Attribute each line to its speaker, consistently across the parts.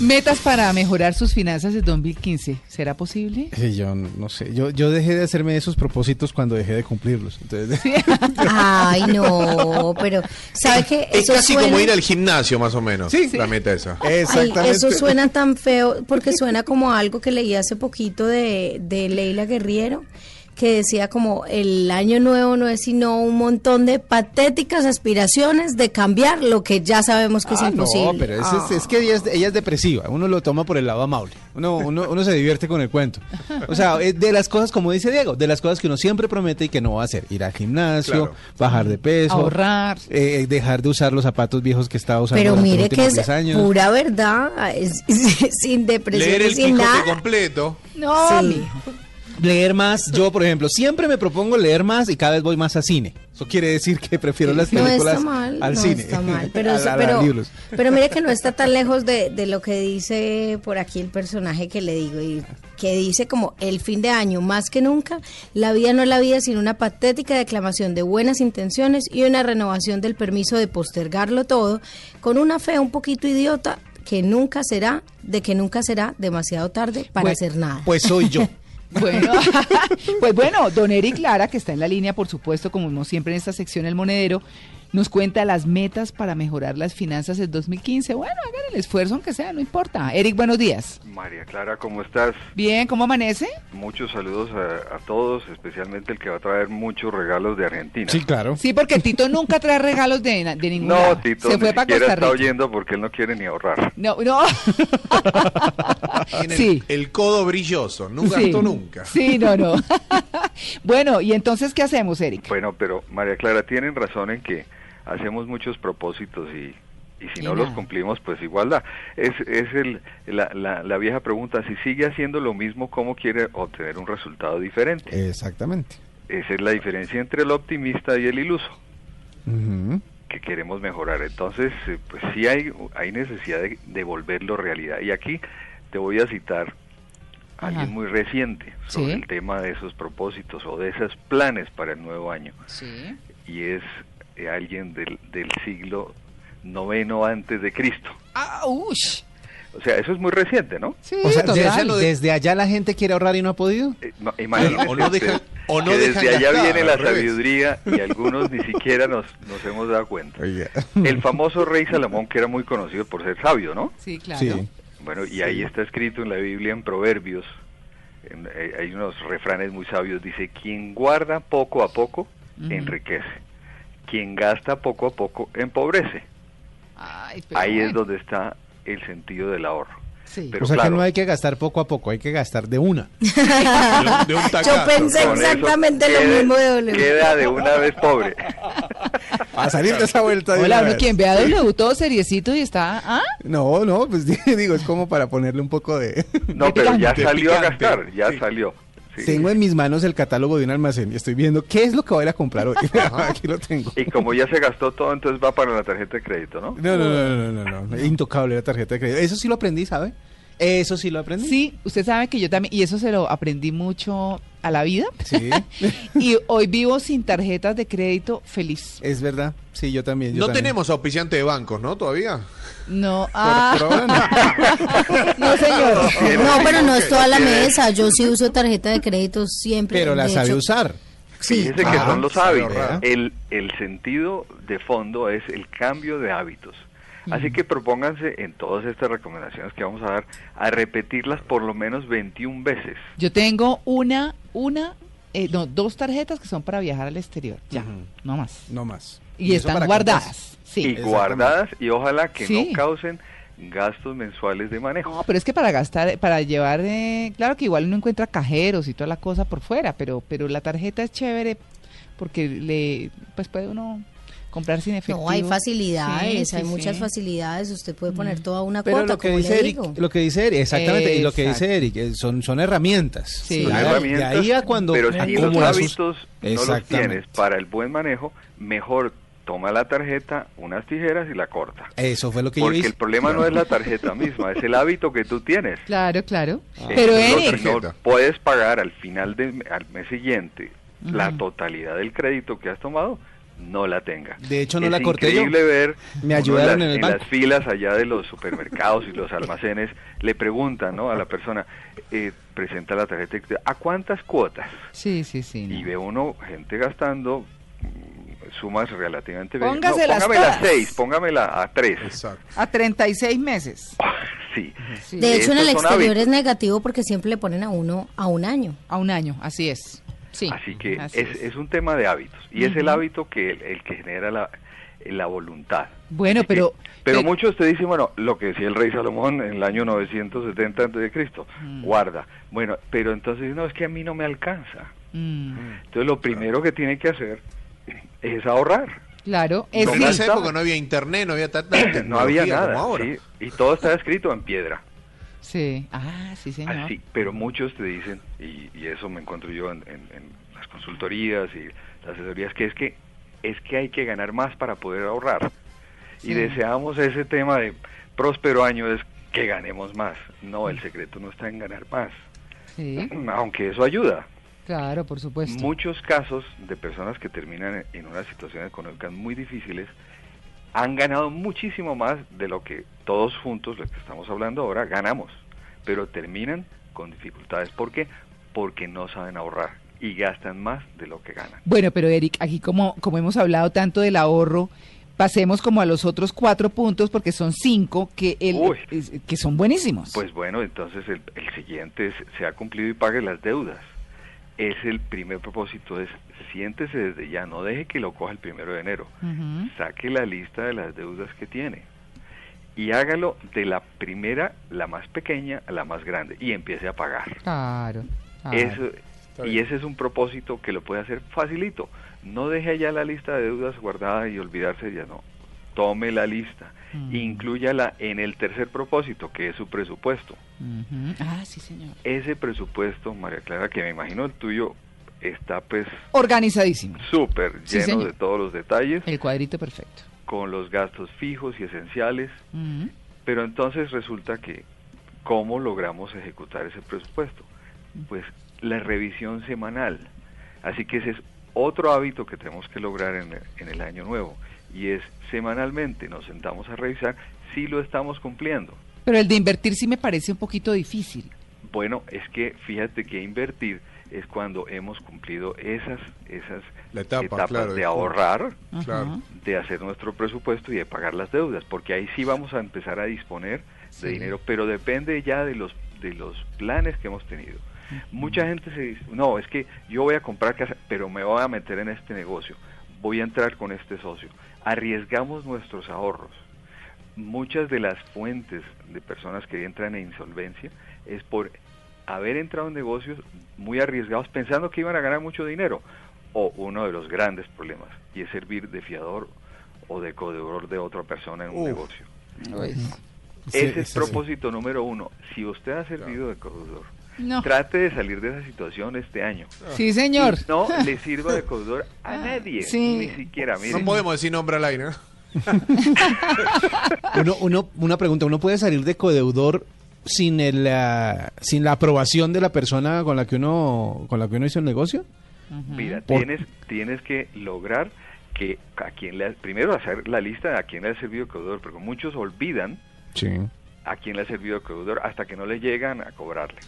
Speaker 1: Metas para mejorar sus finanzas en 2015. ¿Será posible?
Speaker 2: Sí, Eh, yo no sé. Yo, yo dejé de hacerme esos propósitos cuando dejé de cumplirlos. Entonces,
Speaker 3: Ay, no, pero ¿sabe qué?
Speaker 4: Es
Speaker 3: Eso
Speaker 4: casi
Speaker 3: suena,
Speaker 4: como ir al gimnasio, más o menos.
Speaker 2: Sí.
Speaker 4: La meta esa.
Speaker 3: ay,
Speaker 2: exactamente.
Speaker 3: eso suena tan feo porque suena como algo que leí hace poquito de, de Leila Guerriero que decía como el año nuevo no es sino un montón de patéticas aspiraciones de cambiar lo que ya sabemos que
Speaker 2: Ah,
Speaker 3: es imposible.
Speaker 2: No, pero es, es- es que ella es, ella es depresiva. Uno lo toma por el lado amable. Uno, uno, uno se divierte con el cuento. O sea, eh, de las cosas, como dice Diego, de las cosas que uno siempre promete y que no va a hacer. Ir al gimnasio,
Speaker 4: Claro.
Speaker 2: bajar de peso.
Speaker 1: Ahorrar.
Speaker 2: eh, dejar de usar los zapatos viejos que estaba usando
Speaker 3: Pero
Speaker 2: durante los
Speaker 3: mire que
Speaker 2: últimos
Speaker 3: es
Speaker 2: 10 años.
Speaker 3: pura verdad, es- sin depresión,
Speaker 4: Leer el
Speaker 3: sin
Speaker 4: Quijote
Speaker 3: nada.
Speaker 4: completo.
Speaker 1: No,
Speaker 3: Sí.
Speaker 1: mijo.
Speaker 2: Leer más. Yo, por ejemplo, siempre me propongo leer más y cada vez voy más a cine. Eso quiere decir que prefiero las
Speaker 3: No
Speaker 2: películas
Speaker 3: está mal,
Speaker 2: al
Speaker 3: no
Speaker 2: cine.
Speaker 3: está mal, pero,
Speaker 2: a-
Speaker 3: eso-
Speaker 2: a- a
Speaker 3: pero,
Speaker 2: libros.
Speaker 3: pero mire que no está tan lejos de, de lo que dice por aquí el personaje que le digo y que dice como el fin de año más que nunca, la vida no es la vida sino una patética declamación de buenas intenciones y una renovación del permiso de postergarlo todo con una fe un poquito idiota que nunca será, de que nunca será demasiado tarde para
Speaker 1: Pues-
Speaker 3: hacer nada.
Speaker 2: Pues soy yo.
Speaker 1: Bueno, pues bueno, don Eric Lara, que está en la línea, por supuesto, como siempre en esta sección El Monedero, nos cuenta las metas para mejorar las finanzas en 2015. Bueno, hagan el esfuerzo, aunque sea, no importa. Eric, buenos días.
Speaker 5: María Clara, ¿cómo estás?
Speaker 1: Bien, ¿cómo amanece?
Speaker 5: Muchos saludos a, a todos, especialmente el que va a traer muchos regalos de Argentina.
Speaker 2: Sí, claro.
Speaker 1: Sí, porque Tito nunca trae regalos de, na- de ningún lado.
Speaker 5: No, Tito,
Speaker 1: Se fue
Speaker 5: ni
Speaker 1: para
Speaker 5: siquiera
Speaker 1: Costa
Speaker 5: está
Speaker 1: Rica.
Speaker 5: oyendo porque él no quiere ni ahorrar.
Speaker 1: No, no.
Speaker 4: Tiene
Speaker 1: sí.
Speaker 4: El codo brilloso. Nunca
Speaker 1: sí.
Speaker 4: gastó nunca.
Speaker 1: Sí, no, no. bueno, ¿y entonces qué hacemos, Eric?
Speaker 5: Bueno, pero María Clara, tienen razón en que hacemos muchos propósitos y, y si
Speaker 1: Y
Speaker 5: no
Speaker 1: nada.
Speaker 5: los cumplimos, pues igual da. Es, es el, la, la- la vieja pregunta, si sigue haciendo lo mismo, ¿cómo quiere obtener un resultado diferente?
Speaker 2: Exactamente.
Speaker 5: Esa es la diferencia entre el optimista y el iluso.
Speaker 2: Ujú.
Speaker 5: que queremos mejorar. Entonces, eh, pues sí hay, hay necesidad de, de volverlo realidad. Y aquí te voy a citar
Speaker 1: Ajá.
Speaker 5: a alguien muy reciente sobre
Speaker 1: Sí.
Speaker 5: el tema de esos propósitos o de esos planes para el nuevo año.
Speaker 1: Sí.
Speaker 5: Y es eh, alguien del, del siglo noveno antes de Cristo.
Speaker 1: Ah, ush.
Speaker 5: O sea, eso es muy reciente, ¿no?
Speaker 1: Sí,
Speaker 2: O sea,
Speaker 1: total.
Speaker 2: desde, desde allá la gente quiere ahorrar y no ha podido.
Speaker 5: Eh, no, imagínese
Speaker 4: O no
Speaker 5: usted
Speaker 4: dejan- o no
Speaker 5: que
Speaker 4: dejan
Speaker 5: desde allá
Speaker 4: gastar,
Speaker 5: viene
Speaker 4: al
Speaker 5: la
Speaker 4: revés.
Speaker 5: sabiduría y algunos ni siquiera nos, nos hemos dado cuenta. El famoso rey Salomón, que era muy conocido por ser sabio, ¿no?
Speaker 1: Sí, claro.
Speaker 2: Sí.
Speaker 5: Bueno, y ahí está escrito en la Biblia, en Proverbios, en- eh, hay unos refranes muy sabios, dice, quien guarda poco a poco,
Speaker 1: Ujú.
Speaker 5: enriquece. Quien gasta poco a poco, empobrece.
Speaker 1: Ay, pero
Speaker 5: ahí es
Speaker 1: bueno.
Speaker 5: donde está el sentido del ahorro.
Speaker 1: Sí.
Speaker 5: Pero
Speaker 2: o sea que
Speaker 5: claro.
Speaker 2: no hay que gastar poco a poco, hay que gastar de una.
Speaker 4: De un tacazo.
Speaker 3: Yo pensé
Speaker 5: Con eso
Speaker 3: exactamente lo
Speaker 5: queda-
Speaker 3: mismo de W.
Speaker 5: Queda de una vez pobre.
Speaker 2: A salir de esa vuelta. de
Speaker 1: Hola,
Speaker 2: una
Speaker 1: uno
Speaker 2: vez.
Speaker 1: quien ve a W todo seriecito y está. ¿Ah?
Speaker 2: No, no, pues digo, es como para ponerle un poco de...
Speaker 5: No, pero ya
Speaker 4: picante.
Speaker 5: salió a
Speaker 4: Picante.
Speaker 5: gastar, ya
Speaker 4: Sí.
Speaker 5: salió. Sí.
Speaker 2: Tengo en mis manos el catálogo de un almacén y estoy viendo qué es lo que voy a ir a comprar hoy. Aquí lo tengo.
Speaker 5: Y como ya se gastó todo, entonces va para la tarjeta de crédito, ¿no?
Speaker 2: No, no, no, no, no, no, Intocable la tarjeta de crédito. Eso sí lo aprendí, ¿sabe? Eso sí lo aprendí.
Speaker 1: Sí, usted sabe que yo también, y eso se lo aprendí mucho a la vida.
Speaker 2: Sí,
Speaker 1: Y hoy vivo sin tarjetas de crédito feliz.
Speaker 2: es verdad. Sí, yo también. yo
Speaker 4: No
Speaker 2: también.
Speaker 4: tenemos auspiciante de bancos, ¿no? Todavía.
Speaker 1: No,
Speaker 2: Por-
Speaker 1: ah,
Speaker 2: por ahora no.
Speaker 1: no señor.
Speaker 3: No, pero
Speaker 2: pues,
Speaker 3: no es toda la mesa. Yo sí uso tarjeta de crédito siempre.
Speaker 2: Pero la
Speaker 3: de
Speaker 2: sabe
Speaker 3: hecho,
Speaker 2: usar.
Speaker 3: Sí,
Speaker 5: Fíjese que
Speaker 2: claro.
Speaker 5: son los hábitos.
Speaker 2: Claro.
Speaker 5: El, el sentido de fondo es el cambio de hábitos. Así
Speaker 2: Mm.
Speaker 5: que propónganse en todas estas recomendaciones que vamos a dar a repetirlas por lo menos 21 veces.
Speaker 1: Yo tengo una, una, eh, no, dos tarjetas que son para viajar al exterior. Ya,
Speaker 2: Ujú.
Speaker 1: no más.
Speaker 2: No más.
Speaker 1: Y,
Speaker 2: eso
Speaker 1: están
Speaker 2: para
Speaker 1: guardadas. Sí.
Speaker 5: y
Speaker 2: Exactamente.
Speaker 5: guardadas y ojalá que
Speaker 1: Sí.
Speaker 5: no causen gastos mensuales de manejo.
Speaker 1: No, pero es que para gastar, para llevar, eh, claro que igual uno encuentra cajeros y toda la cosa por fuera, pero, pero la tarjeta es chévere porque le, pues puede uno comprar sin efectivo.
Speaker 3: No, hay
Speaker 1: Sí,
Speaker 3: facilidades,
Speaker 1: sí,
Speaker 3: hay
Speaker 1: sí. Mm.
Speaker 3: muchas facilidades. Usted puede poner toda una
Speaker 2: Pero
Speaker 3: cuota,
Speaker 2: lo que,
Speaker 3: como
Speaker 2: dice
Speaker 3: le
Speaker 2: Eric,
Speaker 3: digo.
Speaker 2: lo que dice Eric, exactamente, y lo que
Speaker 1: Exacto.
Speaker 2: dice Eric, eh, son, son herramientas.
Speaker 1: Sí.
Speaker 2: De
Speaker 5: Son
Speaker 2: ahí-
Speaker 5: herramientas,
Speaker 2: de ahí a cuando
Speaker 5: pero si los
Speaker 2: acumulas sus-
Speaker 5: hábitos no los
Speaker 2: Exactamente.
Speaker 5: tienes para el buen manejo, mejor toma la tarjeta, unas tijeras y la corta.
Speaker 2: Eso fue lo que yo
Speaker 5: Porque
Speaker 2: hice.
Speaker 5: el problema no es la tarjeta misma, es el hábito que tú tienes.
Speaker 1: Claro, claro.
Speaker 2: Ah.
Speaker 5: Eh,
Speaker 1: Pero
Speaker 5: no
Speaker 1: Eric,
Speaker 5: te- no
Speaker 4: Tarjeta.
Speaker 5: puedes pagar al final del al mes siguiente la totalidad del crédito que has tomado, no la tenga.
Speaker 2: De hecho, no
Speaker 5: Es
Speaker 2: la corté yo.
Speaker 5: increíble ver
Speaker 2: Me
Speaker 5: uno
Speaker 2: ayudaron en
Speaker 5: en, las,
Speaker 2: el
Speaker 5: en las
Speaker 2: banco.
Speaker 5: filas allá de los supermercados y los almacenes le preguntan, ¿no? A la persona eh, presenta la tarjeta y dice, ¿a cuántas cuotas?
Speaker 1: sí, sí, sí. no.
Speaker 5: Y ve uno gente gastando mm, sumas relativamente bien.
Speaker 1: Póngaselas
Speaker 5: póngamela a
Speaker 1: todas.
Speaker 5: seis, póngamela a tres.
Speaker 4: Exacto.
Speaker 1: A 36 meses.
Speaker 2: Pues
Speaker 5: Sí.
Speaker 1: Sí.
Speaker 3: De hecho, en el
Speaker 5: Estos son
Speaker 3: exterior
Speaker 5: hábitos.
Speaker 3: es negativo porque siempre le ponen a uno a un año.
Speaker 1: A un año, así es. Sí.
Speaker 5: Así que
Speaker 1: así
Speaker 5: es, es un tema de hábitos y es el hábito que el, el que genera la, la voluntad.
Speaker 1: Bueno,
Speaker 5: Así que-
Speaker 1: pero- eh,
Speaker 5: pero
Speaker 1: pero-
Speaker 5: muchos te dicen, bueno, lo que decía el rey Salomón en el año 970 antes de Cristo,
Speaker 1: Mm.
Speaker 5: guarda. Bueno, pero entonces no es que a mí no me alcanza.
Speaker 1: Mm,
Speaker 5: Entonces lo primero que tiene que hacer es ahorrar.
Speaker 1: claro, es
Speaker 4: Pero en
Speaker 1: decir,
Speaker 4: esa época no había internet, no había tanta tecnología
Speaker 5: No había
Speaker 4: como
Speaker 5: nada
Speaker 4: ahora.
Speaker 5: ¿sí? y todo está escrito en piedra.
Speaker 1: Sí. Ah, sí, señor.
Speaker 5: Así, pero muchos te dicen, y, y eso me encuentro yo en, en- en las consultorías y las asesorías, que es que es que hay que ganar más para poder ahorrar.
Speaker 1: Sí.
Speaker 5: Y deseamos ese tema de próspero año es que ganemos más. No, el secreto no está en ganar más,
Speaker 1: Sí,
Speaker 5: aunque eso ayuda.
Speaker 1: claro, por supuesto.
Speaker 5: Muchos casos de personas que terminan en- en una situación económica muy difíciles han ganado muchísimo más de lo que todos juntos, los que estamos hablando ahora, ganamos, pero terminan con dificultades. ¿Por qué? Porque no saben ahorrar y gastan más de lo que ganan.
Speaker 1: Bueno, pero Eric, aquí como, como hemos hablado tanto del ahorro, pasemos como a los otros cuatro puntos, porque son cinco que, el,
Speaker 5: Uy.
Speaker 1: es- que son buenísimos.
Speaker 5: Pues bueno, entonces el, el siguiente es, se ha cumplido y pague las deudas. Es el primer propósito, es siéntese desde ya, no deje que lo coja el primero de enero.
Speaker 1: Ujú.
Speaker 5: saque la lista de las deudas que tiene y hágalo de la primera, la más pequeña, a la más grande y empiece a pagar.
Speaker 1: Claro. claro.
Speaker 5: Eso, y ese es un propósito que lo puede hacer facilito. No deje allá la lista de deudas guardada y olvidarse de ella, no. Tome la lista,
Speaker 1: Mm.
Speaker 5: inclúyala en el tercer propósito, que es su presupuesto.
Speaker 1: Ujú. Ah, sí, señor.
Speaker 5: Ese presupuesto, María Clara, que me imagino el tuyo está pues
Speaker 1: Organizadísimo.
Speaker 5: súper
Speaker 1: Sí,
Speaker 5: lleno
Speaker 1: señor.
Speaker 5: de todos los detalles,
Speaker 1: El cuadrito perfecto.
Speaker 5: con los gastos fijos y esenciales,
Speaker 1: Ujú.
Speaker 5: Pero entonces resulta que, ¿cómo logramos ejecutar ese presupuesto? Pues la revisión semanal. Así que ese es otro hábito que tenemos que lograr en el, en el año nuevo. Y es semanalmente nos sentamos a revisar si lo estamos cumpliendo.
Speaker 1: Pero el de invertir sí me parece un poquito difícil.
Speaker 5: Bueno, es que fíjate que invertir es cuando hemos cumplido esas, esas
Speaker 4: La etapa,
Speaker 5: etapas
Speaker 4: claro,
Speaker 5: de
Speaker 4: de-
Speaker 5: ahorrar,
Speaker 4: Claro.
Speaker 1: Ajá.
Speaker 5: de hacer nuestro presupuesto y de pagar las deudas, porque ahí sí vamos a empezar a disponer
Speaker 1: Sí.
Speaker 5: de dinero, pero depende ya de los de los planes que hemos tenido. Mucha gente se dice, no, es que yo voy a comprar casa, pero me voy a meter en este negocio, voy a entrar con este socio. Arriesgamos nuestros ahorros. Muchas de las fuentes de personas que entran en insolvencia es por haber entrado en negocios muy arriesgados pensando que iban a ganar mucho dinero o uno de los grandes problemas y es servir de fiador o de codeudor de otra persona en un
Speaker 4: Uf.
Speaker 5: negocio.
Speaker 1: Pues,
Speaker 2: Sí,
Speaker 5: Ese es
Speaker 2: sí, sí.
Speaker 5: propósito número uno. Si usted ha servido de codeudor,
Speaker 1: No.
Speaker 5: trate de salir de esa situación este año.
Speaker 1: Sí, señor. Ah,
Speaker 5: Y no le sirva de codeudor a nadie,
Speaker 1: sí.
Speaker 5: ni siquiera. Mire,
Speaker 4: No podemos decir nombre al aire. ¿no?
Speaker 2: Uno, uno, una pregunta, ¿uno puede salir de codeudor sin el, ah, sin la aprobación de la persona con la que uno con la que uno hizo el negocio?
Speaker 5: Mira,
Speaker 2: Por-
Speaker 5: tienes, tienes que lograr que a quien le ha- primero hacer la lista de a quien le ha servido de codeudor, porque muchos olvidan
Speaker 2: Sí.
Speaker 5: a quien le ha servido de codeudor hasta que no le llegan a cobrarle.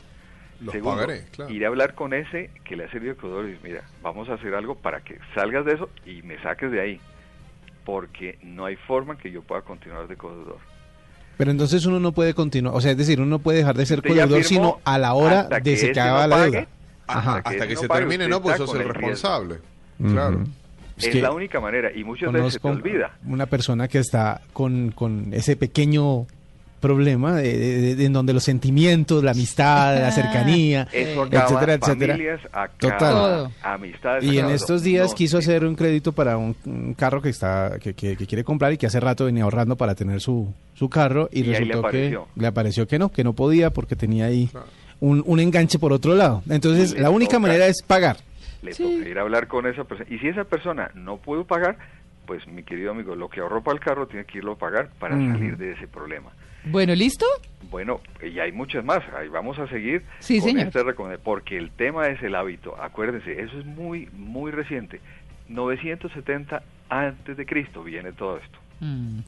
Speaker 4: Los
Speaker 5: Segundo,
Speaker 4: pagaré, claro.
Speaker 5: ir a hablar con ese que le ha servido de codeudor y decir, mira, vamos a hacer algo para que salgas de eso y me saques de ahí, porque no hay forma que yo pueda continuar de codeudor.
Speaker 2: Pero entonces uno no puede continuar, o sea, es decir, uno no puede dejar de ser
Speaker 5: Usted ya
Speaker 2: codeudor
Speaker 5: firmó
Speaker 2: sino a la hora
Speaker 5: hasta
Speaker 2: de
Speaker 5: que
Speaker 2: se
Speaker 5: ese
Speaker 2: que acaba
Speaker 5: no
Speaker 2: la
Speaker 5: pague,
Speaker 2: deuda. Ajá.
Speaker 5: que este
Speaker 4: Hasta que
Speaker 5: no
Speaker 4: se
Speaker 5: pague,
Speaker 4: termine,
Speaker 5: usted
Speaker 4: ¿no? Pues
Speaker 5: está
Speaker 4: sos
Speaker 5: con
Speaker 4: el
Speaker 5: el riesgo.
Speaker 4: responsable. Claro.
Speaker 2: Es
Speaker 5: Es,
Speaker 2: que
Speaker 5: la única manera y muchas veces se te
Speaker 2: Conozco
Speaker 5: olvida.
Speaker 2: una persona que está con, con ese pequeño problema de- de- de- de- en donde los sentimientos, la amistad, la cercanía,
Speaker 5: Eso acaba
Speaker 2: etcétera, etcétera.
Speaker 5: familias, acaba
Speaker 2: Total.
Speaker 1: Todo.
Speaker 5: amistades.
Speaker 2: Y en
Speaker 5: acaba
Speaker 2: estos
Speaker 5: todo.
Speaker 2: días
Speaker 5: Ah, No,
Speaker 2: quiso
Speaker 5: sí.
Speaker 2: hacer un crédito para un, un carro que está que, que- que quiere comprar y que hace rato venía ahorrando para tener su, su carro y,
Speaker 5: Y ahí le
Speaker 2: resultó que
Speaker 5: apareció.
Speaker 2: le apareció que no, que no podía porque tenía ahí un, un enganche por otro lado. Entonces,
Speaker 5: Le
Speaker 2: la única
Speaker 5: toca.
Speaker 2: manera es pagar.
Speaker 5: Le
Speaker 1: Sí.
Speaker 5: toca ir a hablar con esa persona. Y si esa persona no pudo pagar, pues mi querido amigo, lo que ahorró para el carro tiene que irlo a pagar para
Speaker 2: Mm.
Speaker 5: salir de ese problema.
Speaker 1: Bueno, ¿listo?
Speaker 5: Bueno, eh, y hay muchas más. Ahí vamos a seguir
Speaker 1: Sí,
Speaker 5: con
Speaker 1: señor.
Speaker 5: este recomend- porque el tema es el hábito. Acuérdense, eso es muy, muy reciente. 970 antes de Cristo viene todo esto.
Speaker 1: Mm.